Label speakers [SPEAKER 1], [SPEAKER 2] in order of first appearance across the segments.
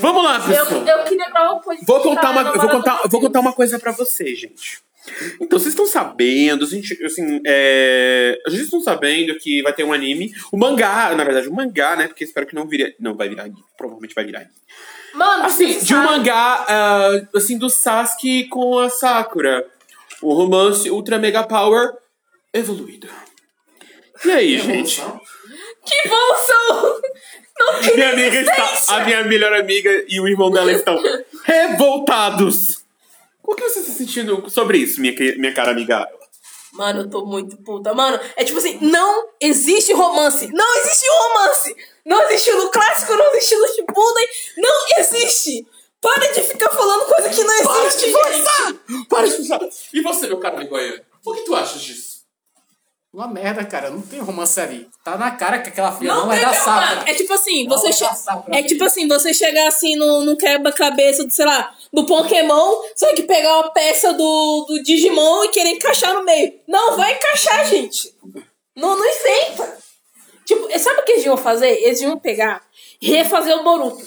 [SPEAKER 1] Vamos lá,
[SPEAKER 2] Eu,
[SPEAKER 1] pessoal.
[SPEAKER 2] eu queria gravar um podcast.
[SPEAKER 1] Assim. Vou contar, uma,
[SPEAKER 2] da
[SPEAKER 1] vou,
[SPEAKER 2] namorada
[SPEAKER 1] contar,
[SPEAKER 2] do
[SPEAKER 1] vou contar uma coisa pra vocês, gente. Então, vocês estão sabendo, gente, assim, é, vocês estão sabendo que vai ter um anime, o mangá, na verdade, o mangá, né, porque espero que não vire, não, vai virar anime, provavelmente vai virar anime.
[SPEAKER 2] Mano,
[SPEAKER 1] Assim, de um mangá, ah, assim, do Sasuke com a Sakura, o romance Ultra Mega Power evoluído. E aí, gente?
[SPEAKER 2] Que bolsão! Não
[SPEAKER 1] Minha
[SPEAKER 2] queria
[SPEAKER 1] amiga está, a minha melhor amiga e o irmão dela estão revoltados. O que você está sentindo sobre isso, minha, que- minha cara amiga?
[SPEAKER 2] Mano, eu tô muito puta. Mano, é tipo assim, não existe romance. Não existe romance. Não existe no clássico, não existe no Shippuden. Não existe. Para de ficar falando coisa que não existe, gente.
[SPEAKER 1] Para de pensar. E você, meu caro Migoia? O que tu achas disso?
[SPEAKER 3] Uma merda, cara. Não tem romance ali. Tá na cara que aquela filha não,
[SPEAKER 2] Não
[SPEAKER 3] vai
[SPEAKER 2] tem
[SPEAKER 3] dar
[SPEAKER 2] romance.
[SPEAKER 3] sapo.
[SPEAKER 2] É tipo assim,
[SPEAKER 3] Não
[SPEAKER 2] você
[SPEAKER 3] vai dar
[SPEAKER 2] che-
[SPEAKER 3] sapo pra
[SPEAKER 2] É
[SPEAKER 3] mim.
[SPEAKER 2] tipo assim, você chegar assim no, no quebra-cabeça do, sei lá, do Pokémon, só que pegar uma peça do, do Digimon e querer encaixar no meio. Não vai encaixar, gente. Não, não inventa. Tipo, e sabe o que eles iam fazer? Eles iam pegar e refazer o Boruto.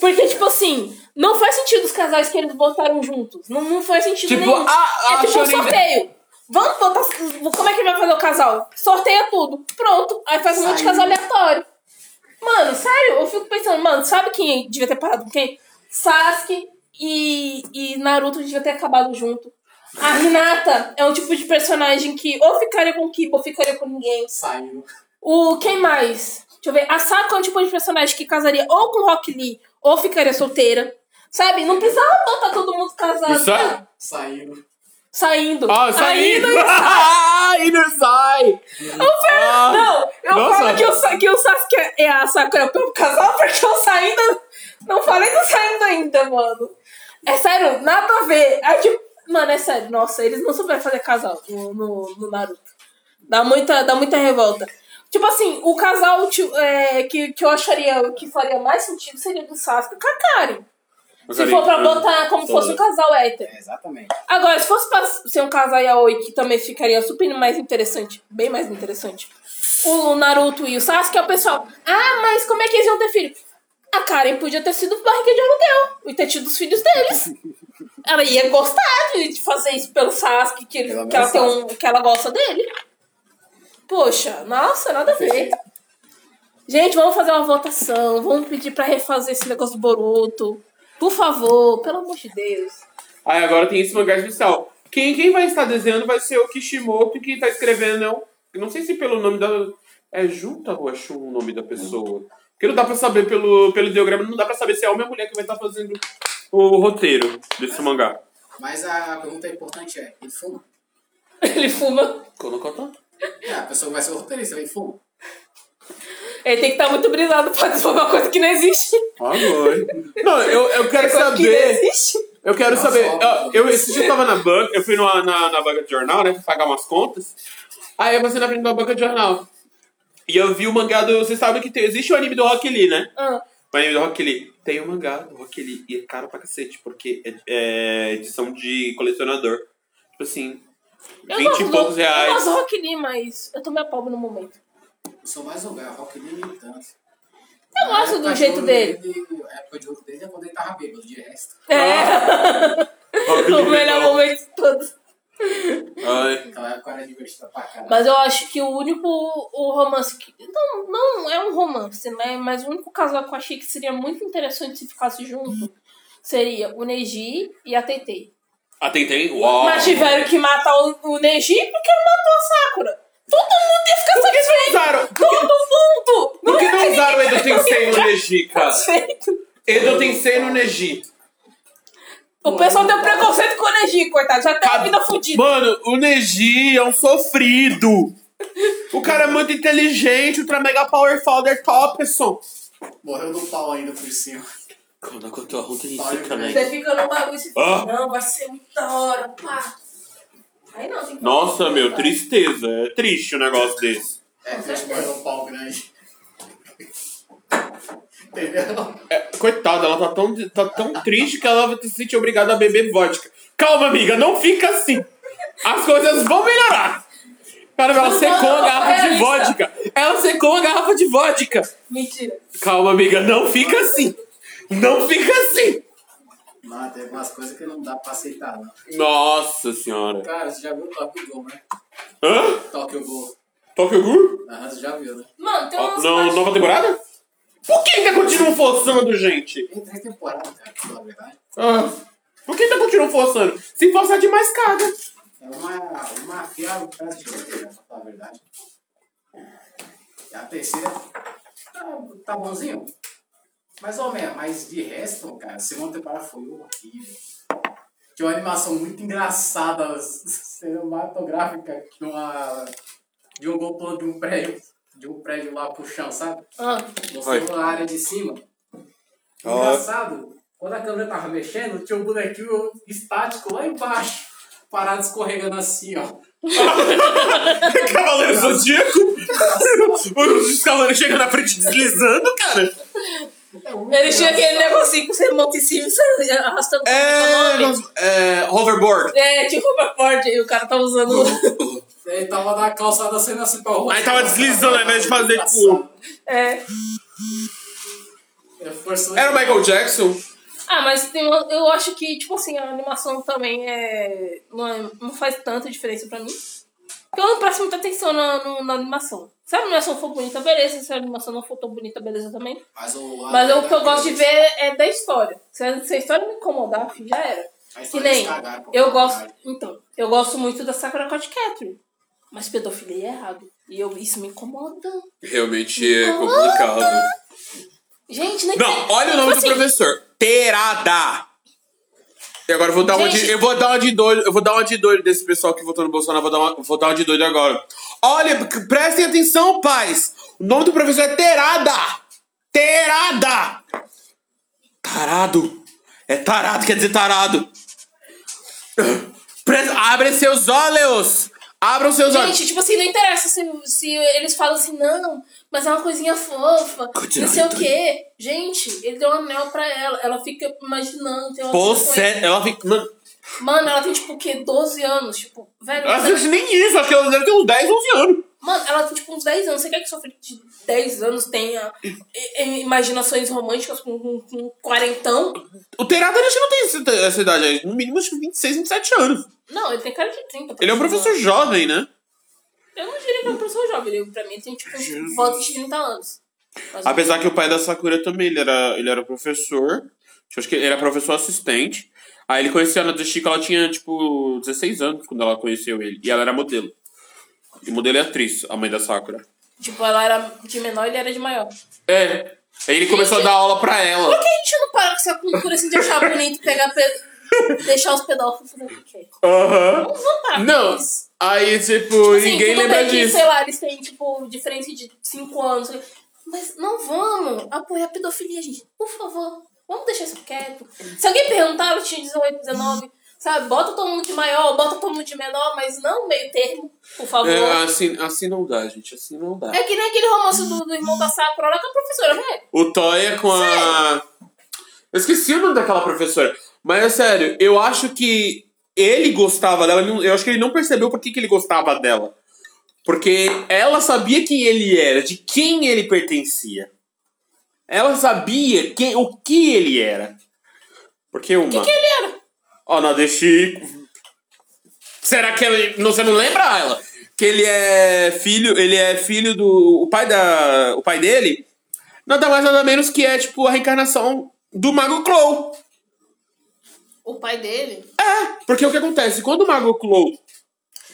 [SPEAKER 2] Porque, tipo assim, não faz sentido os casais que eles botaram juntos. Não, não faz sentido
[SPEAKER 3] Tipo,
[SPEAKER 2] nenhum.
[SPEAKER 3] ah,
[SPEAKER 2] é tipo um
[SPEAKER 3] achou nem-
[SPEAKER 2] sorteio. Vamos botar... Como é que ele vai fazer o casal? Sorteia tudo. Pronto. Aí faz um monte de
[SPEAKER 3] Saiu.
[SPEAKER 2] casal aleatório. Mano, sério, eu fico pensando, mano, sabe quem devia ter parado com quem? Sasuke e, e Naruto devia ter acabado junto. A Renata é um tipo de personagem que ou ficaria com o Kiba ou ficaria com ninguém.
[SPEAKER 3] Saiu.
[SPEAKER 2] O quem mais? Deixa eu ver. A Sakura é um tipo de personagem que casaria ou com o Rock Lee ou ficaria solteira. Sabe? Não precisava botar todo mundo casado.
[SPEAKER 1] Isso é?
[SPEAKER 3] Saiu.
[SPEAKER 2] Saindo.
[SPEAKER 1] Ah, sai!
[SPEAKER 2] Ainda e sa-
[SPEAKER 1] Ai, não sai!
[SPEAKER 2] Eu falo-
[SPEAKER 1] Ah,
[SPEAKER 2] não, eu
[SPEAKER 1] nossa.
[SPEAKER 2] falo que, o Sa- que o Sasuke é a Sakura é o pior casal porque eu saindo. Não falei do saindo ainda, mano. É sério, nada a ver. É tipo, mano, é sério. Nossa, eles não souberam fazer casal no, no, no Naruto. Dá muita, dá muita revolta. Tipo assim, o casal ti- é, que, que eu acharia que faria mais sentido seria do Sasuke com a Karen. Se for pra botar como se fosse um casal hétero.
[SPEAKER 3] É, exatamente.
[SPEAKER 2] Agora, se fosse pra ser um casal yaoi, que também ficaria super mais interessante, bem mais interessante, o Naruto e o Sasuke, é o pessoal, ah, mas como é que eles iam ter filho? A Karen podia ter sido barriga de aluguel e ter tido os filhos deles. Ela ia gostar de, de fazer isso pelo Sasuke, que, ele-
[SPEAKER 3] Pelo
[SPEAKER 2] que, ela
[SPEAKER 3] menos
[SPEAKER 2] tem um, que ela gosta dele. Poxa, nossa, nada a ver.
[SPEAKER 3] Perfeito.
[SPEAKER 2] Gente, vamos fazer uma votação. Vamos pedir pra refazer esse negócio do Boruto. Por favor, pelo amor de Deus.
[SPEAKER 1] Aí agora tem esse mangá especial. Quem, quem vai estar desenhando vai ser o Kishimoto, e quem tá escrevendo é o. eu Não sei se pelo nome da. É Junta ou é Shun o nome da pessoa? Porque não dá pra saber pelo, pelo ideograma, não dá pra saber se é a mesma mulher que vai estar fazendo o roteiro desse mangá.
[SPEAKER 4] Mas a pergunta importante é, ele fuma?
[SPEAKER 2] Ele fuma.
[SPEAKER 1] Colocou tanto?
[SPEAKER 4] É, a pessoa vai ser o roteirista, ele fuma.
[SPEAKER 2] Ele tem que estar muito brisado pra descobrir uma coisa que não existe.
[SPEAKER 1] Agora. Não, eu, eu quero
[SPEAKER 2] Coisa que não
[SPEAKER 1] saber.
[SPEAKER 2] existe.
[SPEAKER 1] Eu quero
[SPEAKER 4] Nossa,
[SPEAKER 1] saber.
[SPEAKER 4] óbvio.
[SPEAKER 1] Eu, eu, esse dia eu tava na banca, eu fui numa- na, na banca de jornal, né? pra Pagar umas contas. Aí eu passei na frente da banca de jornal. E eu vi o mangá do. Vocês sabem que tem- existe o anime do Rock Lee, né?
[SPEAKER 2] Ah,
[SPEAKER 1] O anime do Rock Lee. Tem o mangá do Rock Lee. E é caro pra cacete, porque é, é edição de colecionador. Tipo assim,
[SPEAKER 2] eu
[SPEAKER 1] 20 e
[SPEAKER 2] gosto do-
[SPEAKER 1] poucos
[SPEAKER 2] Eu gosto
[SPEAKER 1] reais.
[SPEAKER 2] do Rock Lee, mas eu tô meio pobre no momento.
[SPEAKER 4] Eu sou mais um velho, rock nem tanto.
[SPEAKER 2] Eu
[SPEAKER 4] A
[SPEAKER 2] gosto
[SPEAKER 4] época
[SPEAKER 2] do
[SPEAKER 4] de
[SPEAKER 2] jeito
[SPEAKER 4] ouro
[SPEAKER 2] dele.
[SPEAKER 4] A época de ouro dele é quando ele tava bêbado, de resto.
[SPEAKER 2] É,
[SPEAKER 1] Ah. Rock Lee
[SPEAKER 2] o melhor
[SPEAKER 1] legal.
[SPEAKER 2] momento de todos.
[SPEAKER 1] Ai.
[SPEAKER 4] Aquela época era divertida pra caralho.
[SPEAKER 2] Mas eu acho que o único o romance que. Não, não é um romance, né? Mas o único casal que eu achei que seria muito interessante se ficasse junto seria o Neji e a Teitei.
[SPEAKER 1] Atentei? Ah, Uau!
[SPEAKER 2] Mas tiveram que matar o, o Neji porque ele matou a Sakura. Todo mundo ia ficar satisfeito!
[SPEAKER 1] Usaram!
[SPEAKER 2] Todo mundo!
[SPEAKER 1] Por que
[SPEAKER 2] ia
[SPEAKER 1] não
[SPEAKER 2] ter
[SPEAKER 1] usaram o
[SPEAKER 2] ninguém
[SPEAKER 1] Edo Tensei no Neji, cara?
[SPEAKER 2] satisfeito.
[SPEAKER 1] Edo Tensei no Neji.
[SPEAKER 2] O pessoal tem um preconceito com o Neji, coitado. Já tem a vida fodida.
[SPEAKER 1] Mano, o Neji é um sofrido. O cara é muito inteligente, ultra mega power folder Topson.
[SPEAKER 4] Morreu no pau ainda por cima.
[SPEAKER 2] Você fica no bagulho e você fala,
[SPEAKER 1] Ah.
[SPEAKER 2] não, vai ser muito da hora, pá. Aí não, tem que
[SPEAKER 1] Nossa,
[SPEAKER 2] falar.
[SPEAKER 1] meu, tristeza. É triste um negócio desse.
[SPEAKER 4] É,
[SPEAKER 2] certeza.
[SPEAKER 4] gente, morreu um pau grande. Entendeu?
[SPEAKER 1] É, coitada, ela tá tão, tá tão triste que ela vai se sentir obrigada a beber vodka. Calma, amiga, não fica assim. As coisas vão melhorar. Cara, ela
[SPEAKER 2] Não,
[SPEAKER 1] secou
[SPEAKER 2] não,
[SPEAKER 1] a garrafa de
[SPEAKER 2] realista.
[SPEAKER 1] vodka. Ela secou a garrafa de vodka.
[SPEAKER 2] Mentira.
[SPEAKER 1] Calma, amiga, não fica assim. Não fica assim!
[SPEAKER 4] Lá tem umas coisas que não dá pra aceitar, não.
[SPEAKER 1] Nossa senhora.
[SPEAKER 4] Cara, você já viu o Tokyo Gol, né?
[SPEAKER 1] Hã?
[SPEAKER 4] Tokyo Gol.
[SPEAKER 1] Tokyo Ghoul?
[SPEAKER 4] Ah, você já viu, né?
[SPEAKER 2] Mano, tem
[SPEAKER 1] Ó,
[SPEAKER 2] umas
[SPEAKER 1] Ah, Não,
[SPEAKER 2] partes-
[SPEAKER 1] nova temporada? Por que ainda continuam forçando, gente?
[SPEAKER 4] Tem três temporadas, cara, pra falar a verdade.
[SPEAKER 1] Ah, por que ainda continuam forçando? Se forçar demais, caga.
[SPEAKER 4] É uma, uma fiel brasileira, pra falar a verdade. E a terceira tá, tá bonzinho. Mais ou menos, mas de resto, cara, a segunda temporada foi horrível. Tinha uma animação muito engraçada, cinematográfica, de, uma, de um gol pulando de um prédio, de um prédio lá pro chão, sabe?
[SPEAKER 2] Ah,
[SPEAKER 1] Oi.
[SPEAKER 4] Mostrando a área de cima.
[SPEAKER 1] Ó.
[SPEAKER 4] Engraçado, quando a câmera tava mexendo, tinha um bonequinho estático lá embaixo, parado escorregando assim, ó.
[SPEAKER 1] Cavaleiro Zodíaco? Os cavaleiros chegam na frente deslizando, cara.
[SPEAKER 2] ele tinha aquele negocinho que você monta em cima e você arrastando
[SPEAKER 1] É,
[SPEAKER 2] o nome.
[SPEAKER 1] nós- é, hoverboard.
[SPEAKER 2] É, tipo hoverboard, e o cara tá usando.
[SPEAKER 4] Ele tava na calçada sendo assim pra rua.
[SPEAKER 1] Aí tava deslizando ao invés de fazer, tipo.
[SPEAKER 2] é.
[SPEAKER 4] É forçando.
[SPEAKER 1] Era o Michael Jackson?
[SPEAKER 2] Ah, mas tem uma- eu acho que, tipo assim, a animação também é. Não, é- não faz tanta diferença pra mim. Porque eu não presto muita atenção na, no- na animação. Se a animação for bonita, beleza. Se a animação não for tão bonita, beleza também.
[SPEAKER 4] Mas o, tá
[SPEAKER 2] Mas eu- o que eu gosto de ver é da história. Se a, se a história me incomodar, filho, já era.
[SPEAKER 4] A
[SPEAKER 2] Que
[SPEAKER 4] história é
[SPEAKER 2] nem.
[SPEAKER 4] eles cagaram pra
[SPEAKER 2] Eu
[SPEAKER 4] caralho.
[SPEAKER 2] gosto. Então, eu gosto muito da Sakura Card Catherine. Mas pedofilia é errado. E eu, isso me incomoda.
[SPEAKER 1] Realmente é complicado.
[SPEAKER 2] Gente, nem
[SPEAKER 1] Não, olha o nome do
[SPEAKER 2] Tipo assim,
[SPEAKER 1] professor. Terada. E agora eu vou dar uma de.
[SPEAKER 2] Gente.
[SPEAKER 1] Eu vou dar uma de doido. Eu vou dar uma de doido desse pessoal que votou no Bolsonaro. Vou dar uma, vou dar uma de doido agora. Olha, c- prestem atenção, pais. O nome do professor é Terada! Terada! Tarado! É tarado, quer dizer tarado! Pre- Abrem seus olhos! Abram seus olhos!
[SPEAKER 2] Gente, tipo assim, não interessa se, se eles falam assim, não, mas é uma coisinha fofa,
[SPEAKER 1] Continua,
[SPEAKER 2] não sei o
[SPEAKER 1] então.
[SPEAKER 2] quê. Gente, ele deu um anel pra ela, ela fica imaginando. Tem uma
[SPEAKER 1] Pô,
[SPEAKER 2] coisa com
[SPEAKER 1] sério, ela fica. Mano,
[SPEAKER 2] ele. Mano, ela tem tipo o quê? 12 anos? Tipo, velho.
[SPEAKER 1] às
[SPEAKER 2] você-
[SPEAKER 1] vezes nem isso, acho que ela deve ter uns 10, 11 anos.
[SPEAKER 2] Mano, ela tem tipo uns 10 anos. Você quer que sua filha de 10 anos tenha i- i- imaginações românticas com com- com um quarentão?
[SPEAKER 1] O Terada acho que não tem essa- essa idade aí. No mínimo, acho que 26, 27 anos.
[SPEAKER 2] Não, ele tem cara de 30.
[SPEAKER 1] Ele é um professor jovem, né?
[SPEAKER 2] Eu não diria que é um professor jovem, ele, pra mim tem tipo um voto de 30 anos. Mas-
[SPEAKER 1] Apesar que o pai da Sakura também, ele era, ele era professor. Acho que ele era professor assistente. Aí ele conheceu a Ana do Chico, ela tinha, tipo, 16 anos quando ela conheceu ele. E ela era modelo. E modelo é atriz, a mãe da Sakura.
[SPEAKER 2] Tipo, ela era de menor e ele era de maior.
[SPEAKER 1] É. Aí ele começou a dar aula pra
[SPEAKER 2] Por
[SPEAKER 1] ela.
[SPEAKER 2] que a gente não para com essa cultura assim de achar bonito pegar pe- deixar os pedófilos fazer o que quer?
[SPEAKER 1] Aham.
[SPEAKER 2] Não vamos parar
[SPEAKER 1] Não.
[SPEAKER 2] com isso.
[SPEAKER 1] Aí, tipo,
[SPEAKER 2] Ah, Assim,
[SPEAKER 1] ninguém
[SPEAKER 2] tudo
[SPEAKER 1] lembra
[SPEAKER 2] bem que,
[SPEAKER 1] disso.
[SPEAKER 2] Sei lá, eles têm, tipo, diferença de 5 anos. né? Mas não vamos apoiar a pedofilia, gente. Por favor. Vamos deixar isso quieto. Se alguém perguntar, eu tinha 18, 19. Sabe, bota todo mundo de maior, bota todo mundo de menor, mas não meio termo, por favor.
[SPEAKER 1] É,
[SPEAKER 2] É,
[SPEAKER 1] assim, assim não dá, gente. Assim não dá.
[SPEAKER 2] que nem aquele romance do, do irmão da Sakura lá com a professora, né?
[SPEAKER 1] O Toya com a. Eu esqueci o nome daquela professora. Mas é sério, eu acho que ele gostava dela. ele não- Eu acho que ele não percebeu por que, que ele gostava dela. Porque ela sabia quem ele era, de quem ele pertencia. Ela sabia quem, o que ele era. Porque uma. O que, ele era? Ó, na Chico. Será que ele. Não, você não lembra ela? Que ele é filho. Ele é filho do. O pai da. O pai dele Nada mais, nada menos que é, tipo, a reencarnação do Mago Clow.
[SPEAKER 2] O pai dele.
[SPEAKER 1] É, porque o que acontece? Quando o Mago Clow,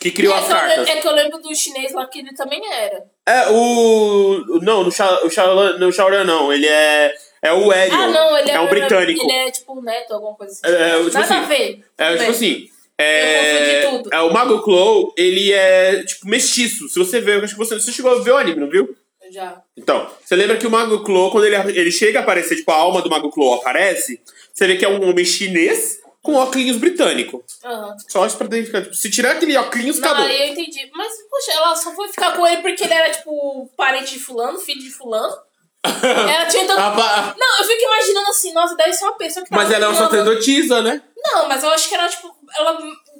[SPEAKER 1] que criou
[SPEAKER 2] é,
[SPEAKER 1] as
[SPEAKER 2] que eu lembro-
[SPEAKER 1] cartas...
[SPEAKER 2] é que eu lembro do chinês lá que ele também era.
[SPEAKER 1] É, o... Não, no Sha- o Shaoran, no Shaoran não. Ele é... É o Elion.
[SPEAKER 2] Ah, não, ele é,
[SPEAKER 1] um britânico.
[SPEAKER 2] Ele é tipo um neto, alguma coisa assim.
[SPEAKER 1] É, é, tipo
[SPEAKER 2] Nada
[SPEAKER 1] assim,
[SPEAKER 2] a ver.
[SPEAKER 1] É, tipo assim... É,
[SPEAKER 2] Eu confundi tudo.
[SPEAKER 1] é, o Mago Clow, ele é, tipo, mestiço. Se você vê, eu acho que você, você chegou a ver o anime, não viu?
[SPEAKER 2] Já.
[SPEAKER 1] Então, você lembra que o Mago Clo, quando ele, ele chega a aparecer, tipo, a alma do Mago Clo aparece, você vê que é um homem chinês com óculos britânico.
[SPEAKER 2] Aham.
[SPEAKER 1] Só isso pra identificar. Tipo, se tirar aquele óculos,
[SPEAKER 2] Não,
[SPEAKER 1] acabou.
[SPEAKER 2] aí eu entendi. Mas, poxa, ela só foi ficar com ele porque ele era, tipo, parente de fulano, filho de fulano. Ela tinha tanto...
[SPEAKER 1] Ah, pá.
[SPEAKER 2] Não, eu fico imaginando assim, nossa, deve ser uma pessoa que tava
[SPEAKER 1] Mas ela é uma
[SPEAKER 2] com
[SPEAKER 1] sacerdotisa, né?
[SPEAKER 2] Não, mas eu acho que ela, tipo, ela,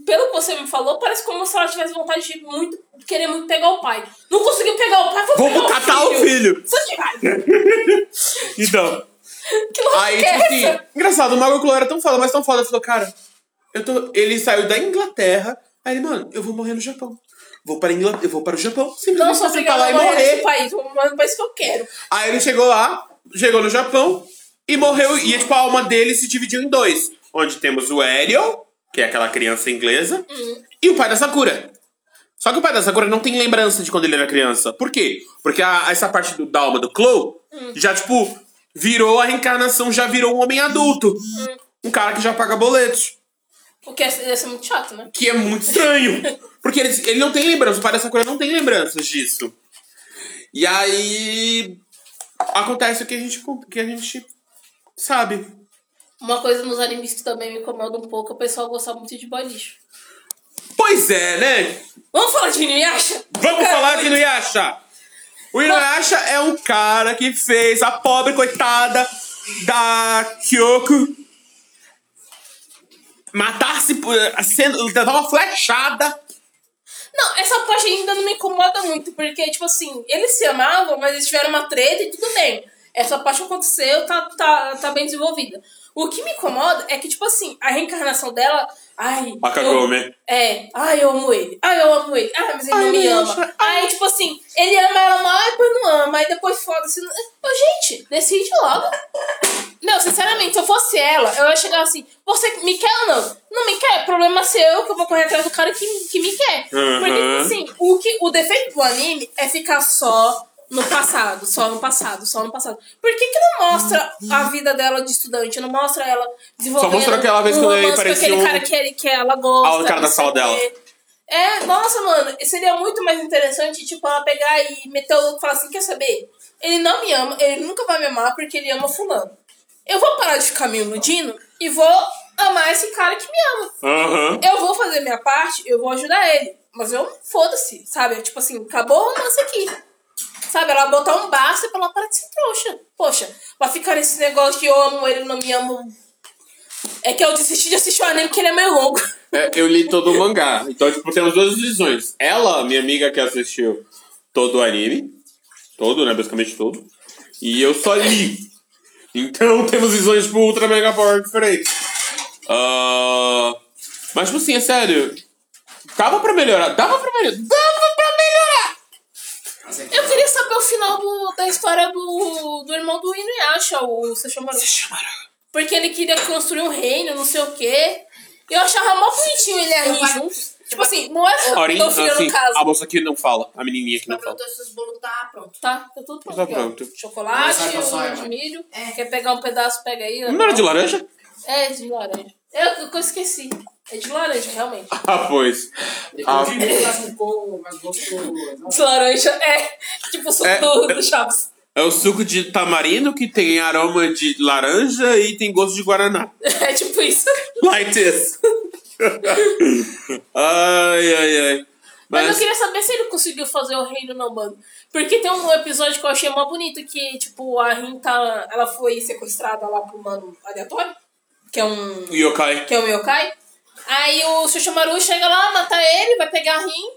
[SPEAKER 2] pelo que você me falou, parece como se ela tivesse vontade de muito, querer muito pegar o pai. Não conseguiu pegar o pai, vou
[SPEAKER 1] Vou
[SPEAKER 2] pegar
[SPEAKER 1] catar o filho.
[SPEAKER 2] Só de raiva.
[SPEAKER 1] Então.
[SPEAKER 2] Que lógica
[SPEAKER 1] Aí,
[SPEAKER 2] é
[SPEAKER 1] tipo
[SPEAKER 2] essa?
[SPEAKER 1] assim, engraçado, o Mago Cló era tão foda, mas tão foda. Falou, cara, eu tô. Ele saiu da Inglaterra. Aí ele, mano, eu vou morrer no Japão. Vou para, a Ingl... eu vou para o Japão,
[SPEAKER 2] Não
[SPEAKER 1] simplesmente pra
[SPEAKER 2] sou obrigada
[SPEAKER 1] lá
[SPEAKER 2] a
[SPEAKER 1] e
[SPEAKER 2] morar nesse
[SPEAKER 1] morrer.
[SPEAKER 2] país, vou morar no país que eu quero.
[SPEAKER 1] Aí ele chegou lá, chegou no Japão e morreu. E tipo, a alma dele se dividiu em dois. Onde temos o Ariel, que é aquela criança inglesa, e o pai da Sakura. Só que o pai da Sakura não tem lembrança de quando ele era criança. Por quê? Porque a- essa parte do, da alma do Chloe já, tipo, virou a reencarnação, já virou um homem adulto. Um cara que já paga boletos.
[SPEAKER 2] Porque ia ser ia ser muito chato, né?
[SPEAKER 1] Que é muito estranho. Porque ele, ele não tem lembrança, o pai da Sakura não tem lembranças disso. E aí. Acontece o que a gente, con- que a gente sabe.
[SPEAKER 2] Uma coisa nos animes que também me incomoda um pouco é o pessoal gostar muito de boy lixo.
[SPEAKER 1] Pois é, né?
[SPEAKER 2] Vamos falar de Inuyasha?
[SPEAKER 1] Vamos
[SPEAKER 2] Cara,
[SPEAKER 1] falar de Inuyasha! O Inuyasha é um cara que fez a pobre coitada da Kyoko matar-se por. sendo- dar uma flechada.
[SPEAKER 2] Não, essa parte ainda não me incomoda muito, porque, tipo assim, eles se amavam, mas eles tiveram uma treta e tudo bem. Essa parte aconteceu, tá, tá, tá bem desenvolvida. O que me incomoda é que, tipo assim, a reencarnação dela. Ai.
[SPEAKER 1] A Kagome.
[SPEAKER 2] eu- É. Ai, eu amo ele. Ai, eu amo ele. Ai, mas ele
[SPEAKER 1] Ai,
[SPEAKER 2] não me
[SPEAKER 1] ele
[SPEAKER 2] ama.
[SPEAKER 1] acha-
[SPEAKER 2] Aí, tipo assim, ele ama ela mal, e depois não ama. Aí depois foda-se. Ô, Gente, decide logo. Não, sinceramente, se eu fosse ela, eu ia chegar assim: você me quer ou não? Não me quer? Problema seu que eu vou correr atrás do cara que, que me quer.
[SPEAKER 1] Uhum.
[SPEAKER 2] Porque, tipo assim, o, que, o defeito do anime é ficar só no passado, só no passado, só no passado. Por que, que não mostra a vida dela de estudante? Não mostra ela desenvolvendo.
[SPEAKER 1] Só mostrou aquela vez
[SPEAKER 2] um
[SPEAKER 1] quando ele
[SPEAKER 2] romance com
[SPEAKER 1] parecia
[SPEAKER 2] aquele
[SPEAKER 1] um-
[SPEAKER 2] cara que, ele, que ela gosta.
[SPEAKER 1] Ah, o cara da
[SPEAKER 2] não sei
[SPEAKER 1] sala
[SPEAKER 2] o quê.
[SPEAKER 1] dela.
[SPEAKER 2] É, nossa, mano, seria muito mais interessante, tipo, ela pegar e meter o louco e falar assim, quer saber? Ele não me ama, ele nunca vai me amar porque ele ama fulano. Eu vou parar de ficar me iludindo e vou amar esse cara que me ama.
[SPEAKER 1] Aham.
[SPEAKER 2] Eu vou fazer minha parte, eu vou ajudar ele. Mas eu, foda-se, sabe? Tipo assim, acabou o romance aqui. Sabe? Ela botar um basta pra ela parar de ser trouxa. Poxa, pra ficar nesse negócio de eu amo ele, não me amo. É que eu desisti de assistir o anime porque ele é meio longo.
[SPEAKER 1] É, eu li todo o mangá. Então, tipo, temos duas visões. Ela, minha amiga que assistiu todo o anime. Todo, né? Basicamente todo. E eu só li. Então temos visões, tipo, ultra mega power diferentes. Ah, mas, tipo assim, é sério. Dava pra melhorar. Dava pra melhorar. Dava pra melhorar!
[SPEAKER 4] Mas é que
[SPEAKER 2] Eu queria saber o final do- da história do, do irmão do Inuyasha, o Sesshomaru. Porque ele queria construir um reino, não sei o quê. E eu achava mó bonitinho ele e a Rin juntos. Tipo assim, não era
[SPEAKER 1] Ora,
[SPEAKER 2] meu filho
[SPEAKER 1] assim,
[SPEAKER 2] no caso.
[SPEAKER 1] a moça que não fala. A menininha que não fala.
[SPEAKER 5] Perguntou se os bolos tá pronto.
[SPEAKER 2] Tá, tá tudo pronto.
[SPEAKER 1] Tá
[SPEAKER 2] aqui, ó.
[SPEAKER 1] pronto.
[SPEAKER 2] Chocolate,
[SPEAKER 4] Vai, vai, vai,
[SPEAKER 2] de
[SPEAKER 4] vai.
[SPEAKER 2] milho. Quer pegar um pedaço, pega aí.
[SPEAKER 1] Não era de laranja?
[SPEAKER 2] É, de laranja. Eu, eu esqueci. É de laranja, realmente.
[SPEAKER 1] Ah, pois. Ah,
[SPEAKER 4] tá um né?
[SPEAKER 2] De laranja é tipo o suco
[SPEAKER 1] É.
[SPEAKER 2] do, do Chaves.
[SPEAKER 1] é o suco de tamarindo que tem aroma de laranja e tem gosto de guaraná.
[SPEAKER 2] É tipo isso.
[SPEAKER 1] Like this. ai, ai, ai.
[SPEAKER 2] Mas, eu
[SPEAKER 1] Mas,
[SPEAKER 2] queria saber se ele conseguiu fazer o reino não, mano. Porque tem um episódio que eu achei mó bonito que, tipo, a Rin tá. Ela foi sequestrada lá pro mano aleatório. Que é um.
[SPEAKER 1] o yokai.
[SPEAKER 2] que é o Yokai. Aí o Shoshimaru chega lá, mata ele, vai pegar a Rin.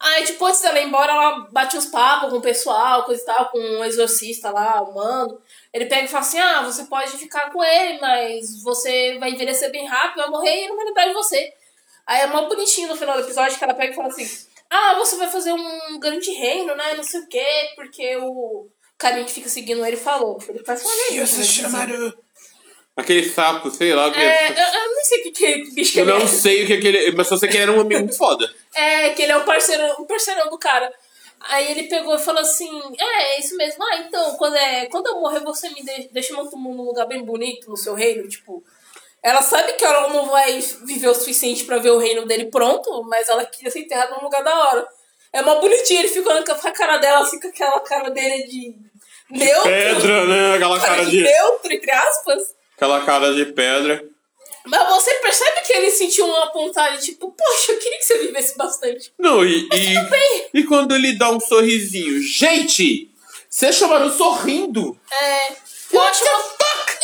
[SPEAKER 2] Aí, tipo, antes dela ir embora, ela bate uns papos com o pessoal, coisa e tal, com um exorcista lá, o mano. Ele pega e fala assim: ah, você pode ficar com ele, mas você vai envelhecer bem rápido, vai morrer e ele não vai lembrar de você. Aí é mó bonitinho no final do episódio que ela pega e fala assim: ah, você vai fazer um grande reino, né? Não sei o quê, porque o carinha que fica seguindo ele falou. Ele assim, faz uma lei.
[SPEAKER 1] Aquele sapo, sei lá o que.
[SPEAKER 2] É, eu, eu não sei o que, que, que bicho que
[SPEAKER 1] Eu
[SPEAKER 2] ele é.
[SPEAKER 1] não sei o que aquele. Mas só sei que ele era um amigo muito foda.
[SPEAKER 2] É, que ele é um parceirão, um parceirão do cara. Aí ele pegou e falou assim: É, é isso mesmo. Ah, então, quando, é, quando eu morrer, você me de- deixa meu túmulo num lugar bem bonito no seu reino. Tipo, ela sabe que ela não vai viver o suficiente pra ver o reino dele pronto, mas ela queria ser enterrada num lugar da hora. É mó bonitinho, ele fica olhando com a cara dela, fica aquela cara dele de. Neutro.
[SPEAKER 1] Pedra, né? Aquela
[SPEAKER 2] Cara
[SPEAKER 1] cara
[SPEAKER 2] de
[SPEAKER 1] de.
[SPEAKER 2] neutro, entre aspas.
[SPEAKER 1] Aquela cara de pedra.
[SPEAKER 2] Mas você percebe que ele sentiu uma vontade, tipo, poxa, eu queria que você vivesse bastante.
[SPEAKER 1] Não, e. E, e quando ele dá um sorrisinho. Gente! Você chamaram sorrindo!
[SPEAKER 2] É. Eu acho, uma,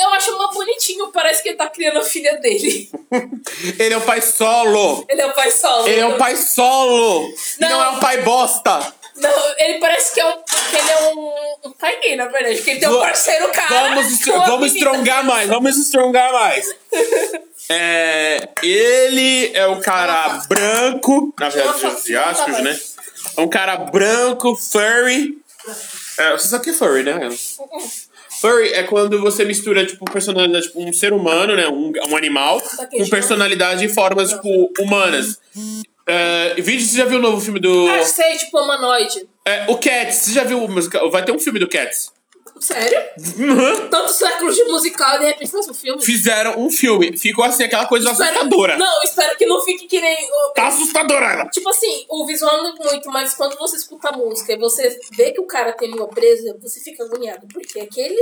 [SPEAKER 2] eu acho uma bonitinho, parece que ele tá criando a filha dele.
[SPEAKER 1] Ele é o pai solo!
[SPEAKER 2] Ele é o pai solo.
[SPEAKER 1] um Ele é o pai solo! Não,
[SPEAKER 2] Não.
[SPEAKER 1] é um pai bosta!
[SPEAKER 2] Não, ele parece que é um, que que ele é um, um taiguinho, na verdade. Que ele tem um
[SPEAKER 1] Va-
[SPEAKER 2] parceiro cara.
[SPEAKER 1] Vamos, estro-
[SPEAKER 2] com a
[SPEAKER 1] vamos
[SPEAKER 2] menina.
[SPEAKER 1] estrongar mais, vamos estrongar mais. É, ele é um cara branco, na verdade, de, de aspas, né? É um cara branco, furry. É, você sabe o que é furry, né? Furry é quando você mistura, tipo, personalidade, tipo, um ser humano, né? Um, um animal, com personalidade e formas, tipo, humanas. É, vídeo, você já viu o novo filme do.
[SPEAKER 2] Ah, sei, tipo humanoide.
[SPEAKER 1] É, o Cats, você já viu o musical? Vai ter um filme do Cats.
[SPEAKER 2] Sério?
[SPEAKER 1] Uhum.
[SPEAKER 2] Tantos séculos de musical e de repente faz um filme.
[SPEAKER 1] fizeram um filme. Ficou assim, aquela coisa
[SPEAKER 2] Espero-
[SPEAKER 1] assustadora.
[SPEAKER 2] Não, espero que não fique que nem. o-
[SPEAKER 1] Tá assustadora ela.
[SPEAKER 2] Tipo assim, o visual não é muito, mas quando você escuta a música e você vê que o cara tem língua presa, você fica agoniado. Porque aquele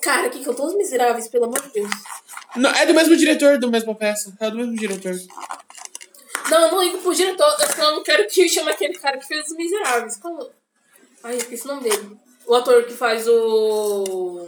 [SPEAKER 2] cara que cantou Os Miseráveis, pelo amor de Deus.
[SPEAKER 1] Não, é do mesmo diretor, do mesma peça. É do mesmo diretor.
[SPEAKER 2] Não, eu não ligo pro diretor, eu só não quero que chame aquele cara que fez Os Miseráveis. Como? Ai, eu esqueci o nome dele. O ator que faz o.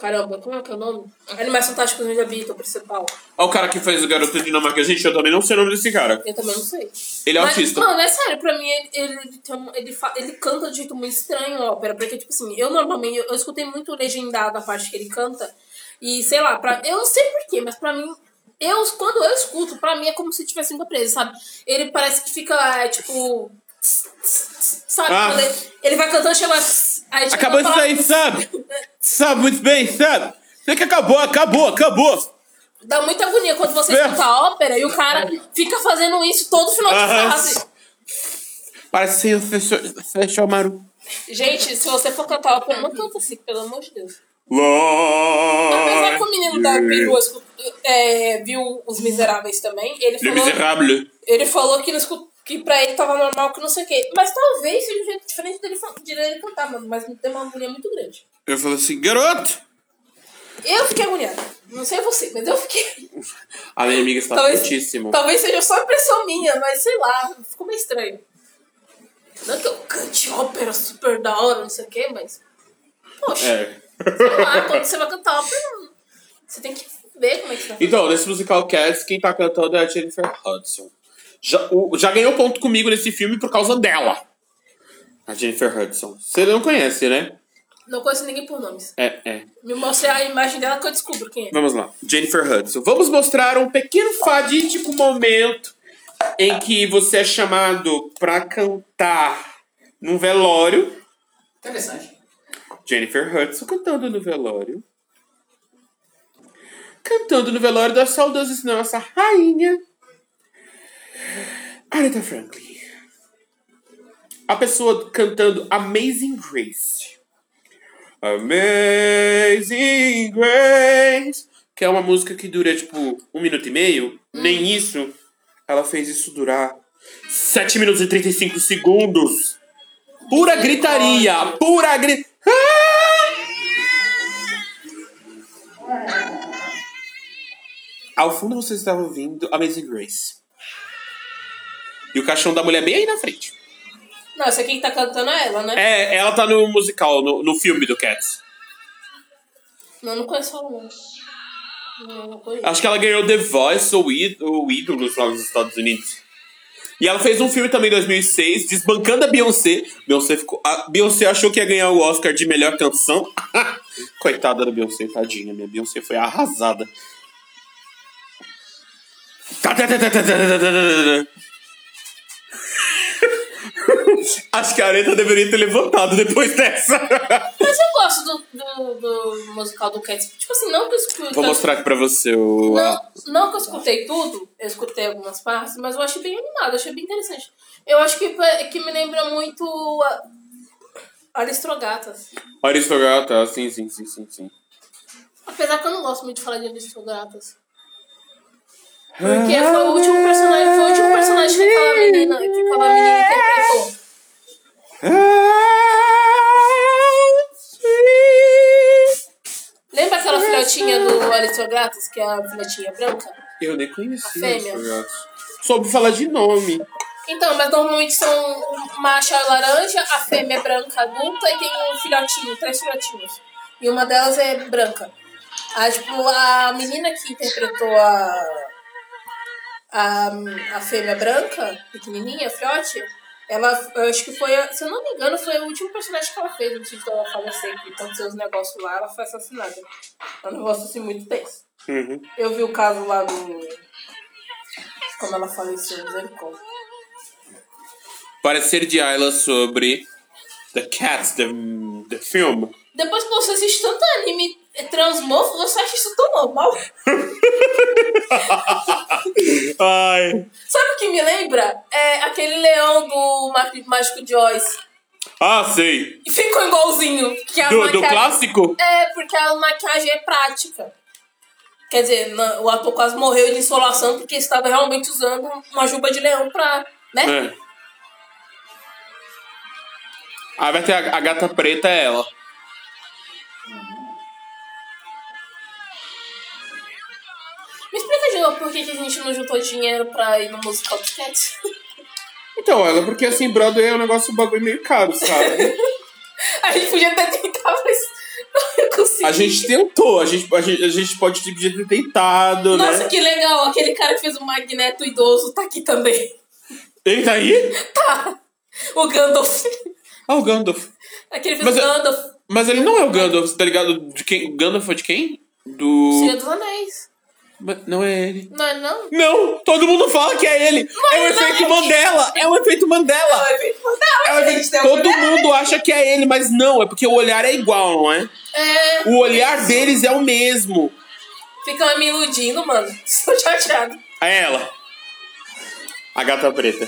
[SPEAKER 2] Caramba, como é que é o nome? Animais Fantásticos Onde Habitam, o principal.
[SPEAKER 1] Olha o cara que fez o Garoto Dinamarca. Gente, eu também não sei o nome desse cara.
[SPEAKER 2] Eu também não sei.
[SPEAKER 1] Ele é
[SPEAKER 2] Mas,
[SPEAKER 1] autista.
[SPEAKER 2] Mano, é sério, pra mim ele, ele, tem um- ele, fa- ele canta de um jeito muito estranho a ópera. Porque, tipo assim, eu normalmente eu, eu escutei muito legendado a parte que ele canta. E sei lá, pra, eu não sei porquê, mas pra mim, eu, quando eu escuto, pra mim é como se tivesse língua presa, sabe? Ele parece que fica, é, tipo. tss, tss, tss, Sabe?
[SPEAKER 1] Ah.
[SPEAKER 2] Quando ele, ele vai cantando, chama. tss, Aí, tipo,
[SPEAKER 1] Acabou
[SPEAKER 2] uma
[SPEAKER 1] isso aí,
[SPEAKER 2] palavra-
[SPEAKER 1] sabe? Sabe muito bem, sabe? Sei que acabou, acabou, acabou.
[SPEAKER 2] Dá muita agonia quando você
[SPEAKER 1] Certo.
[SPEAKER 2] escuta a ópera e o cara fica fazendo isso todo final de
[SPEAKER 1] Aham.
[SPEAKER 2] frase.
[SPEAKER 1] Parece ser o Fechou- Fechou Maru.
[SPEAKER 2] Gente, se você for cantar ópera, não canta assim, pelo amor de Deus. Apesar
[SPEAKER 1] Apesar
[SPEAKER 2] que o menino da perua escu- é, viu Os Miseráveis também, ele
[SPEAKER 1] Le
[SPEAKER 2] falou,
[SPEAKER 1] Miserable.
[SPEAKER 2] ele falou que, não escu- que pra ele tava normal, que não sei o quê. Mas talvez seja um jeito diferente dele, fa- de ele cantar, mano. Mas tem uma agonia muito grande.
[SPEAKER 1] Eu falo assim, garoto.
[SPEAKER 2] Eu fiquei agoniada. Não sei você, mas eu fiquei.
[SPEAKER 1] A minha amiga está
[SPEAKER 2] Talvez-
[SPEAKER 1] fortíssima.
[SPEAKER 2] Talvez seja só impressão minha, mas sei lá, ficou meio estranho. Não é que eu cante ópera super da hora, não sei o quê, mas. Poxa.
[SPEAKER 1] É.
[SPEAKER 2] Sei lá, quando você vai cantar ópera, você tem que ver como é que você vai fazer.
[SPEAKER 1] Então, nesse musical Cats, quem tá cantando é a Jennifer Hudson. Já, o- já ganhou ponto comigo nesse filme por causa dela. A Jennifer Hudson. Você não conhece, né?
[SPEAKER 2] Não conheço ninguém por nomes.
[SPEAKER 1] É, é.
[SPEAKER 2] Me mostre a imagem dela que eu descubro quem é.
[SPEAKER 1] Vamos lá. Jennifer Hudson. Vamos mostrar um pequeno fadístico momento em que você é chamado pra cantar num velório.
[SPEAKER 4] Interessante.
[SPEAKER 1] Jennifer Hudson cantando no velório. Cantando no velório da saudosíssima nossa rainha. Aretha Franklin. A pessoa cantando Amazing Grace. Amazing Grace. Que é uma música que dura tipo um minuto e meio. Nem isso. Ela fez isso durar 7 minutos e 35 segundos. Pura gritaria. Pura Ah! gritaria. Ao fundo vocês estavam ouvindo Amazing Grace. E o caixão da mulher bem aí na frente.
[SPEAKER 2] Não, essa aqui que tá cantando é ela, né?
[SPEAKER 1] É, ela tá no musical, no, no filme do Cats.
[SPEAKER 2] Não, não conheço ela não. Não, não conheço.
[SPEAKER 1] Acho que ela ganhou The Voice ou, Í- ou Ídolos lá nos Estados Unidos. E ela fez um filme também em 2006, desbancando a Beyoncé. Beyoncé, ficou, a Beyoncé achou que ia ganhar o Oscar de melhor canção. Coitada da Beyoncé, tadinha. Minha Beyoncé foi arrasada. Acho que a Areta deveria ter levantado depois dessa.
[SPEAKER 2] Mas eu gosto do, do, do musical do Cats. Tipo assim, não que eu escutei.
[SPEAKER 1] Vou mostrar aqui pra você o.
[SPEAKER 2] Não, não que eu escutei tudo, eu escutei algumas partes, mas eu achei bem animado, achei bem interessante. Eu acho que, é, que me lembra muito a... Aristogatas.
[SPEAKER 1] Aristogata, tá? sim, sim, sim, sim, sim.
[SPEAKER 2] Apesar que eu não gosto muito de falar de Aristogatas. Porque foi o último personagem, foi o último personagem que aquela menina, que aquela menina interpretou.
[SPEAKER 1] É,
[SPEAKER 2] Lembra aquela filhotinha do Aristogatas, que é a filhotinha branca?
[SPEAKER 1] Eu nem conheci
[SPEAKER 2] A fêmea.
[SPEAKER 1] Aristogatas. Soube falar de nome.
[SPEAKER 2] Então, mas normalmente são macha laranja, a fêmea é branca adulta e tem um filhotinho, três filhotinhos. E uma delas é branca. A, tipo, a menina que interpretou a, a, a fêmea branca, pequenininha, filhote, Ela, eu acho que foi, a- se eu não me engano, foi o último personagem que ela fez antes de ela falecer. Que aconteceu os negócios lá, ela foi assassinada. É um negócio assim muito tenso.
[SPEAKER 1] Uhum.
[SPEAKER 2] Eu vi o caso lá do. Como ela faleceu, misericórdia.
[SPEAKER 1] Parecer de Ayla sobre The Cats, the, the film.
[SPEAKER 2] Depois que você assiste tanto anime transmofo, você acha isso tão normal.
[SPEAKER 1] Ai.
[SPEAKER 2] Sabe o que me lembra? É aquele leão do Ma- Mágico Joyce.
[SPEAKER 1] Ah, sei.
[SPEAKER 2] E ficou igualzinho. Que a
[SPEAKER 1] Do, do
[SPEAKER 2] maquiagem-
[SPEAKER 1] clássico?
[SPEAKER 2] É, porque a maquiagem é prática. Quer dizer, na- o ator quase morreu de insolação porque estava realmente usando uma juba de leão pra. né?
[SPEAKER 1] É. Aí Ah, vai ter a, a gata preta, é ela.
[SPEAKER 2] Me explica de novo por que, que a gente não juntou dinheiro pra ir no musical dos Cats.
[SPEAKER 1] Então, ela, porque assim, Broadway é um negócio um bagulho meio caro, sabe?
[SPEAKER 2] A gente podia até tentar, mas não consegui.
[SPEAKER 1] a gente tentou, a gente, a gente, a gente pode tipo, podia ter tentado,
[SPEAKER 2] Nossa,
[SPEAKER 1] né?
[SPEAKER 2] que legal! Aquele cara que fez o Magneto idoso tá aqui também.
[SPEAKER 1] Ele tá aí?
[SPEAKER 2] O Gandalf.
[SPEAKER 1] Ah, o Gandalf.
[SPEAKER 2] Aquele fez
[SPEAKER 1] Mas
[SPEAKER 2] o
[SPEAKER 1] eu-
[SPEAKER 2] Gandalf.
[SPEAKER 1] Mas ele não é o Gandalf, tá ligado? De quem? Gandalf foi de quem?
[SPEAKER 2] Senhor
[SPEAKER 1] Do.
[SPEAKER 2] dos Anéis.
[SPEAKER 1] Mas Não é ele.
[SPEAKER 2] Não é não?
[SPEAKER 1] Não! Todo mundo fala que é ele! é o efeito Mandela! É o efeito Mandela! É o efeito- Todo mundo acha que é ele, mas não, é porque o olhar é igual, não é?
[SPEAKER 2] É,
[SPEAKER 1] O olhar deles é o mesmo.
[SPEAKER 2] ficam me iludindo, mano. Estou chateado.
[SPEAKER 1] A É ela. A gata preta.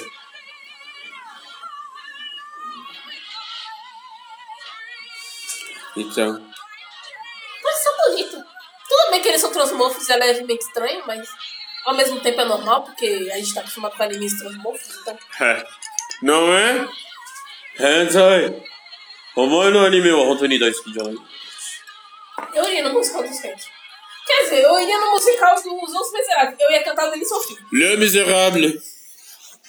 [SPEAKER 1] Então.
[SPEAKER 2] Mas são bonitos. Tudo bem que eles são transmorfos, ela é meio estranho, mas ao mesmo tempo é normal, porque a gente tá acostumado com animes transmorfos, então.
[SPEAKER 1] Não é? Hentai. Homem no anime wa hontoni daisuki janai.
[SPEAKER 2] Eu iria no musical dos Cats. Quer dizer, eu iria no musical dos Os Miseráveis. Eu ia cantar do início ao fim.
[SPEAKER 1] Le Miserable.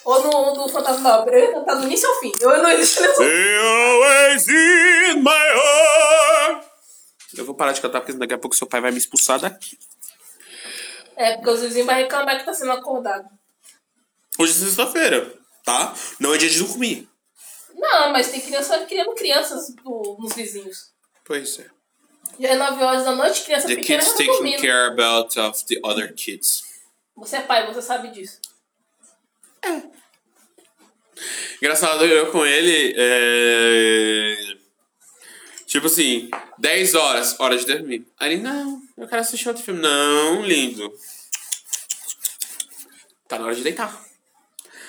[SPEAKER 2] Ou no, no Fantasma da Ópera. Eu ia cantar do início ao fim. Eu não existo nessa.
[SPEAKER 1] They always in my heart. Eu vou parar de cantar porque daqui a pouco seu pai vai me expulsar daqui.
[SPEAKER 2] É, porque os vizinhos vão reclamar que tá sendo acordado.
[SPEAKER 1] Hoje é sexta-feira, tá? Não é dia de dormir.
[SPEAKER 2] Não, mas tem criança criando crianças do- nos vizinhos.
[SPEAKER 1] Pois é.
[SPEAKER 2] Já é 9 horas da noite, criança
[SPEAKER 1] The
[SPEAKER 2] pequena
[SPEAKER 1] kids
[SPEAKER 2] tá
[SPEAKER 1] taking
[SPEAKER 2] dormindo.
[SPEAKER 1] care about of the other kids.
[SPEAKER 2] Você é pai, você sabe disso.
[SPEAKER 1] Engraçado, eu com ele. É... Tipo assim, 10 horas, hora de dormir. Aí ele, não, eu quero assistir outro filme. Não, lindo. Tá na hora de deitar.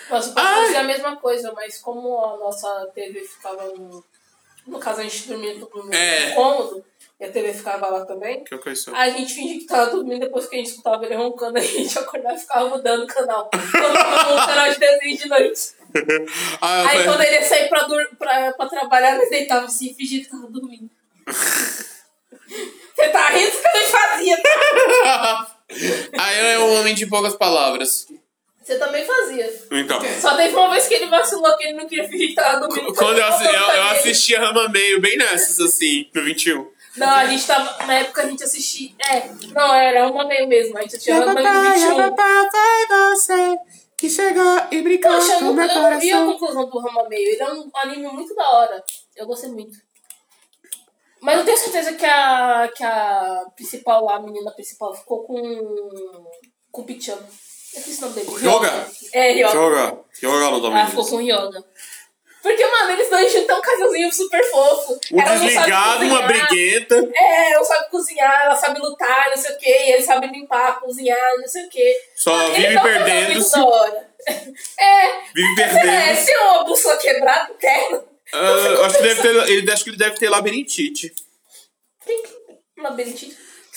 [SPEAKER 2] Mas o pai
[SPEAKER 1] Ai!
[SPEAKER 2] fazia a mesma coisa, mas como a nossa TV ficava no. No caso, a gente dormia no, no
[SPEAKER 1] É.
[SPEAKER 2] cômodo e a TV ficava lá também.
[SPEAKER 1] Que coisa.
[SPEAKER 2] A gente fingia que tava dormindo depois que a gente escutava ele roncando, a gente acordava e ficava mudando o canal. Mudando o canal de desenho de noite.
[SPEAKER 1] Ah, eu
[SPEAKER 2] Aí
[SPEAKER 1] falei,
[SPEAKER 2] quando é ele ia sair pra, dur- pra- pra trabalhar, nós deitávamos assim e fingia que tava dormindo. Você tá rindo porque eu não fazia, tá?
[SPEAKER 1] Aí eu é um homem de poucas palavras.
[SPEAKER 2] Você também fazia.
[SPEAKER 1] Então.
[SPEAKER 2] Só teve uma vez que ele vacilou que ele não queria fingir que tava dormindo.
[SPEAKER 1] Quando eu, assi- eu, eu
[SPEAKER 2] Ele-
[SPEAKER 1] assisti a Rama Meio, bem nessas, assim, no 21.
[SPEAKER 2] Não, a gente tava. Na época a gente assistia. É, não, era uma meio mesmo. A gente tinha uma meio 21.
[SPEAKER 1] você que chegou e brincou
[SPEAKER 2] Poxa, eu nunca- eu não vi a conclusão do Rama Meio. Ele é um anime muito da hora. Eu gostei muito. Mas eu tenho certeza que a, que a principal, lá, a menina principal, ficou com. com o Pichama. Eu fiz o nome dele.
[SPEAKER 1] Ryoga?
[SPEAKER 2] É, Ryoga.
[SPEAKER 1] Joga, joga no
[SPEAKER 2] Ela ficou
[SPEAKER 1] domínio.
[SPEAKER 2] com o Ryoga. Porque, mano, eles dois juntam um casalzinho super fofo.
[SPEAKER 1] Um
[SPEAKER 2] Ela não sabe
[SPEAKER 1] desligado, uma
[SPEAKER 2] cozinhar.
[SPEAKER 1] briguenta.
[SPEAKER 2] É, ela sabe cozinhar, ela sabe lutar, não sei o que, ele sabe limpar, cozinhar, não sei o que.
[SPEAKER 1] Só vive
[SPEAKER 2] um
[SPEAKER 1] perdendo-se.
[SPEAKER 2] É,
[SPEAKER 1] Vive
[SPEAKER 2] é,
[SPEAKER 1] perdendo.
[SPEAKER 2] se uma bússola quebrada, terra.
[SPEAKER 1] Ah, acho, que deve ter, ele, acho que ele deve ter labirintite.
[SPEAKER 2] Uma labirintite.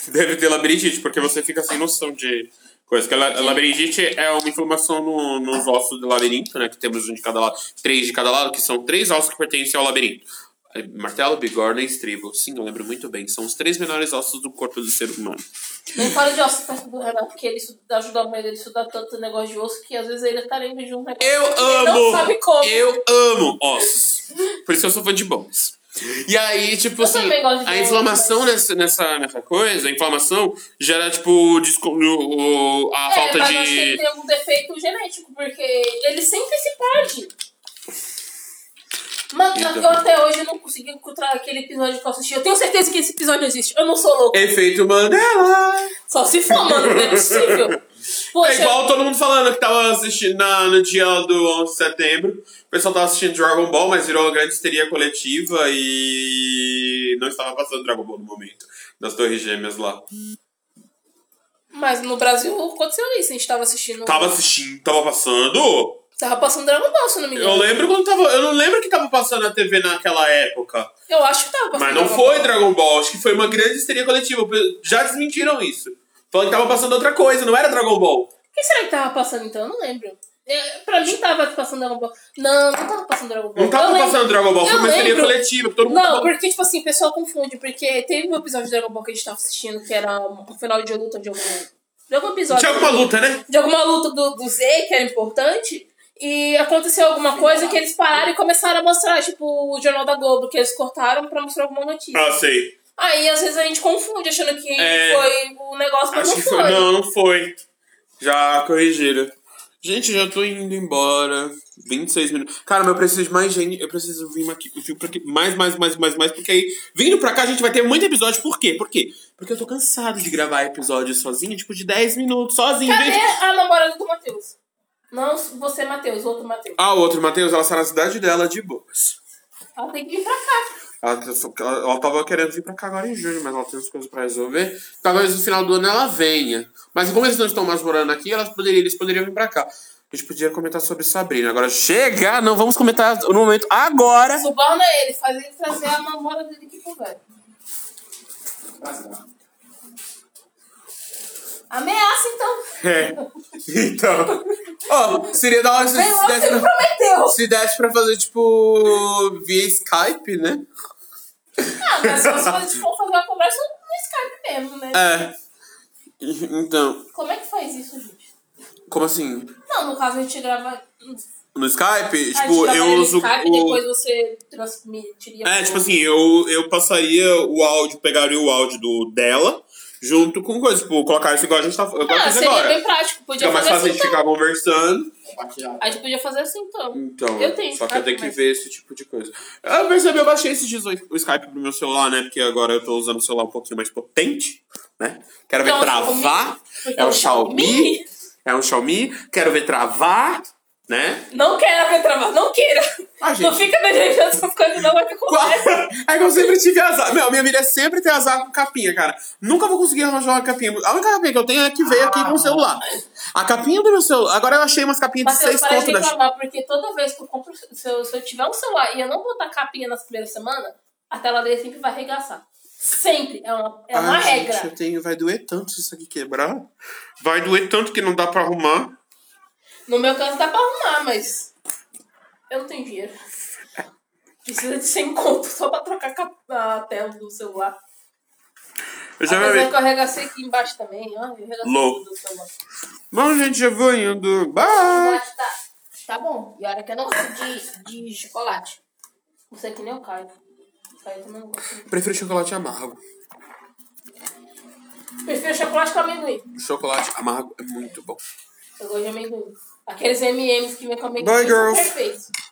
[SPEAKER 1] Deve ter labirintite, porque você fica sem noção de coisa. Que a la- a labirintite é uma inflamação no, nos ossos do labirinto, né? Que temos um de cada lado, três de cada lado, que são três ossos que pertencem ao labirinto. É, Martelo, bigorna e estribo. Sim, eu lembro muito bem. São os três menores ossos do corpo do ser humano.
[SPEAKER 2] Não fala de osso perto do Renato, porque ele estuda- ajuda a mãe dele a estudar tanto negócio de osso que às vezes ele tá lendo de um negócio.
[SPEAKER 1] Eu
[SPEAKER 2] que ele
[SPEAKER 1] amo!
[SPEAKER 2] Não sabe como.
[SPEAKER 1] Eu amo ossos. Por isso eu sou fã de bones. E aí, tipo
[SPEAKER 2] Eu
[SPEAKER 1] assim,
[SPEAKER 2] também gosto de
[SPEAKER 1] a
[SPEAKER 2] bones,
[SPEAKER 1] inflamação nessa, nessa, nessa coisa, a inflamação gera, tipo, o desco- o- o- a
[SPEAKER 2] É,
[SPEAKER 1] falta
[SPEAKER 2] mas
[SPEAKER 1] de.
[SPEAKER 2] eu acho que ele tem algum defeito genético, porque ele sempre se perde. Mano,
[SPEAKER 1] Eita.
[SPEAKER 2] eu até hoje não consegui encontrar aquele episódio que eu assisti. Eu tenho certeza que esse episódio existe. Eu não sou louco.
[SPEAKER 1] Efeito Mandela!
[SPEAKER 2] Só se for, mano, não é possível.
[SPEAKER 1] É
[SPEAKER 2] Poxa,
[SPEAKER 1] igual todo mundo falando que tava assistindo na- no dia do 11 de setembro. O pessoal tava assistindo Dragon Ball, mas virou uma grande histeria coletiva e não estava passando Dragon Ball no momento. Das Torres Gêmeas lá.
[SPEAKER 2] mas no Brasil aconteceu isso. A gente tava assistindo.
[SPEAKER 1] Tava assistindo, tava passando.
[SPEAKER 2] Tava passando Dragon Ball, se eu não me engano.
[SPEAKER 1] Eu lembro quando tava. Eu não lembro que tava passando na TV naquela época.
[SPEAKER 2] Eu acho que tava passando.
[SPEAKER 1] Mas não
[SPEAKER 2] Dragon
[SPEAKER 1] foi
[SPEAKER 2] Ball.
[SPEAKER 1] Dragon Ball, acho que foi uma grande histeria coletiva. Já desmentiram isso. Falando que tava passando outra coisa, não era Dragon Ball.
[SPEAKER 2] Quem será que tava passando então? Eu não lembro. É, pra mim tava passando Dragon Ball. Não, não tava passando Dragon Ball.
[SPEAKER 1] Não tava
[SPEAKER 2] Eu lembro-
[SPEAKER 1] passando Dragon Ball, foi
[SPEAKER 2] eu
[SPEAKER 1] uma histeria
[SPEAKER 2] lembro.
[SPEAKER 1] coletiva. que Todo mundo
[SPEAKER 2] Não,
[SPEAKER 1] tava-
[SPEAKER 2] porque, tipo assim, o pessoal confunde, porque teve um episódio de Dragon Ball que a gente tava assistindo, que era um final de luta de algum, de algum episódio.
[SPEAKER 1] Tinha alguma luta, né?
[SPEAKER 2] de alguma luta do, do Z, que era importante, e aconteceu alguma coisa que eles pararam e começaram a mostrar, tipo, o Jornal da Globo, que eles cortaram pra mostrar alguma notícia.
[SPEAKER 1] Ah, sei.
[SPEAKER 2] Aí, às vezes, a gente confunde, achando que
[SPEAKER 1] É.
[SPEAKER 2] foi o negócio, mas
[SPEAKER 1] Acho
[SPEAKER 2] Ah, não
[SPEAKER 1] que
[SPEAKER 2] foi.
[SPEAKER 1] foi. Não, não foi. Já corrigiram. Gente, eu já tô indo embora. 26 minutos. Cara, mas eu preciso de mais gente. Eu preciso vir aqui, vir pra aqui. Mais, mais, mais, mais, mais. Porque aí, vindo pra cá, a gente vai ter muito episódio. Por quê? Por quê? Porque eu tô cansado de gravar episódio sozinho, tipo, de 10 minutos, sozinho.
[SPEAKER 2] Cadê
[SPEAKER 1] gente.
[SPEAKER 2] a namorada do Matheus? Não você, Matheus, outro Matheus.
[SPEAKER 1] Ah, o outro, Matheus, ela está na cidade dela de boas.
[SPEAKER 2] Ela tem que vir pra cá.
[SPEAKER 1] Ela, tá ela, ela tava querendo vir pra cá agora em junho, mas ela tem as coisas pra resolver. Talvez no final do ano ela venha. Mas como eles não estão mais morando aqui, elas poderiam, eles poderiam vir pra cá. A gente podia comentar sobre Sabrina. Agora, chega! Não vamos comentar no momento agora.
[SPEAKER 2] Suborna ele, faz ele trazer a namorada dele aqui pro velho.
[SPEAKER 4] Mas não.
[SPEAKER 2] Ameaça, então.
[SPEAKER 1] É. Então. Ó, seria da hora se,
[SPEAKER 2] Vem
[SPEAKER 1] se,
[SPEAKER 2] logo, você me
[SPEAKER 1] desse,
[SPEAKER 2] prometeu.
[SPEAKER 1] se desse pra fazer, tipo, via Skype, né?
[SPEAKER 2] Ah, mas se vocês for fazer uma conversa no Skype mesmo, né?
[SPEAKER 1] É. Então,
[SPEAKER 2] Como é que faz isso, gente?
[SPEAKER 1] como assim?
[SPEAKER 2] Não, no caso a gente grava.
[SPEAKER 1] No Skype,
[SPEAKER 2] a gente
[SPEAKER 1] tipo, eu
[SPEAKER 2] gravaria no
[SPEAKER 1] uso.
[SPEAKER 2] Skype
[SPEAKER 1] o-
[SPEAKER 2] e depois você transmitiria.
[SPEAKER 1] É,
[SPEAKER 2] pro-
[SPEAKER 1] tipo assim, eu, eu passaria o áudio, pegaria o áudio do dela junto com coisa, tipo, colocar isso igual a gente tá eu
[SPEAKER 2] Ah,
[SPEAKER 1] gosto
[SPEAKER 2] seria
[SPEAKER 1] agora.
[SPEAKER 2] bem prático. Podia
[SPEAKER 1] Fica mais
[SPEAKER 2] fazer
[SPEAKER 1] fácil tipo a
[SPEAKER 2] assim
[SPEAKER 1] gente
[SPEAKER 2] então.
[SPEAKER 1] ficar conversando.
[SPEAKER 4] Compartilhar.
[SPEAKER 2] A gente podia fazer assim então.
[SPEAKER 1] Então,
[SPEAKER 2] Eu tenho é?
[SPEAKER 1] só que eu
[SPEAKER 2] Skype,
[SPEAKER 1] tenho que
[SPEAKER 2] mas-
[SPEAKER 1] ver esse tipo de coisa. Eu percebi, eu baixei esses dias o Skype pro meu celular, né? Porque agora eu tô usando o celular um pouquinho mais potente, né? Quero ver
[SPEAKER 2] Então,
[SPEAKER 1] travar. É um Xiaomi. É um Xiaomi. Quero ver travar, né?
[SPEAKER 2] Não queira ver travar, não queira.
[SPEAKER 1] Ah, gente.
[SPEAKER 2] Não fica desejando essas coisas, não vai ficar com
[SPEAKER 1] É que eu sempre tive azar. Meu, minha vida é sempre ter azar com capinha, cara. Nunca vou conseguir arranjar uma capinha. A única capinha que eu tenho é que veio aqui com o celular. A capinha do meu celular. Agora eu achei umas capinhas de seis
[SPEAKER 2] Matheus, para de
[SPEAKER 1] conto da
[SPEAKER 2] reclamar, porque toda vez que eu compro, se eu, se eu tiver um celular e eu não botar capinha na primeira semana, a tela dele sempre vai arregaçar. Sempre. É uma, é uma
[SPEAKER 1] Ai,
[SPEAKER 2] regra.
[SPEAKER 1] Ah, Gente, eu tenho. Vai doer tanto se isso aqui quebrar. Vai doer tanto que não dá pra arrumar.
[SPEAKER 2] No meu caso dá pra arrumar, mas eu não tenho dinheiro. Precisa de 100 conto só pra trocar cap- a tela do celular.
[SPEAKER 1] Eu já
[SPEAKER 2] Apesar
[SPEAKER 1] me...
[SPEAKER 2] que eu arregacei aqui embaixo também, ó. Eu arregacei
[SPEAKER 1] é Lou.
[SPEAKER 2] tudo do celular.
[SPEAKER 1] Bom, gente, eu vou indo. Bye!
[SPEAKER 2] Mas tá, tá bom. E olha que eu não gosto de, de chocolate. Não sei que nem o Caio. O Caio também não gosta.
[SPEAKER 1] Prefiro chocolate amargo.
[SPEAKER 2] Prefiro chocolate com amendoim.
[SPEAKER 1] Chocolate amargo é muito bom.
[SPEAKER 2] Eu gosto de amendoim. Aqueles MMs que vem com amendoim
[SPEAKER 1] Bye,
[SPEAKER 2] são
[SPEAKER 1] girls.
[SPEAKER 2] perfeitos.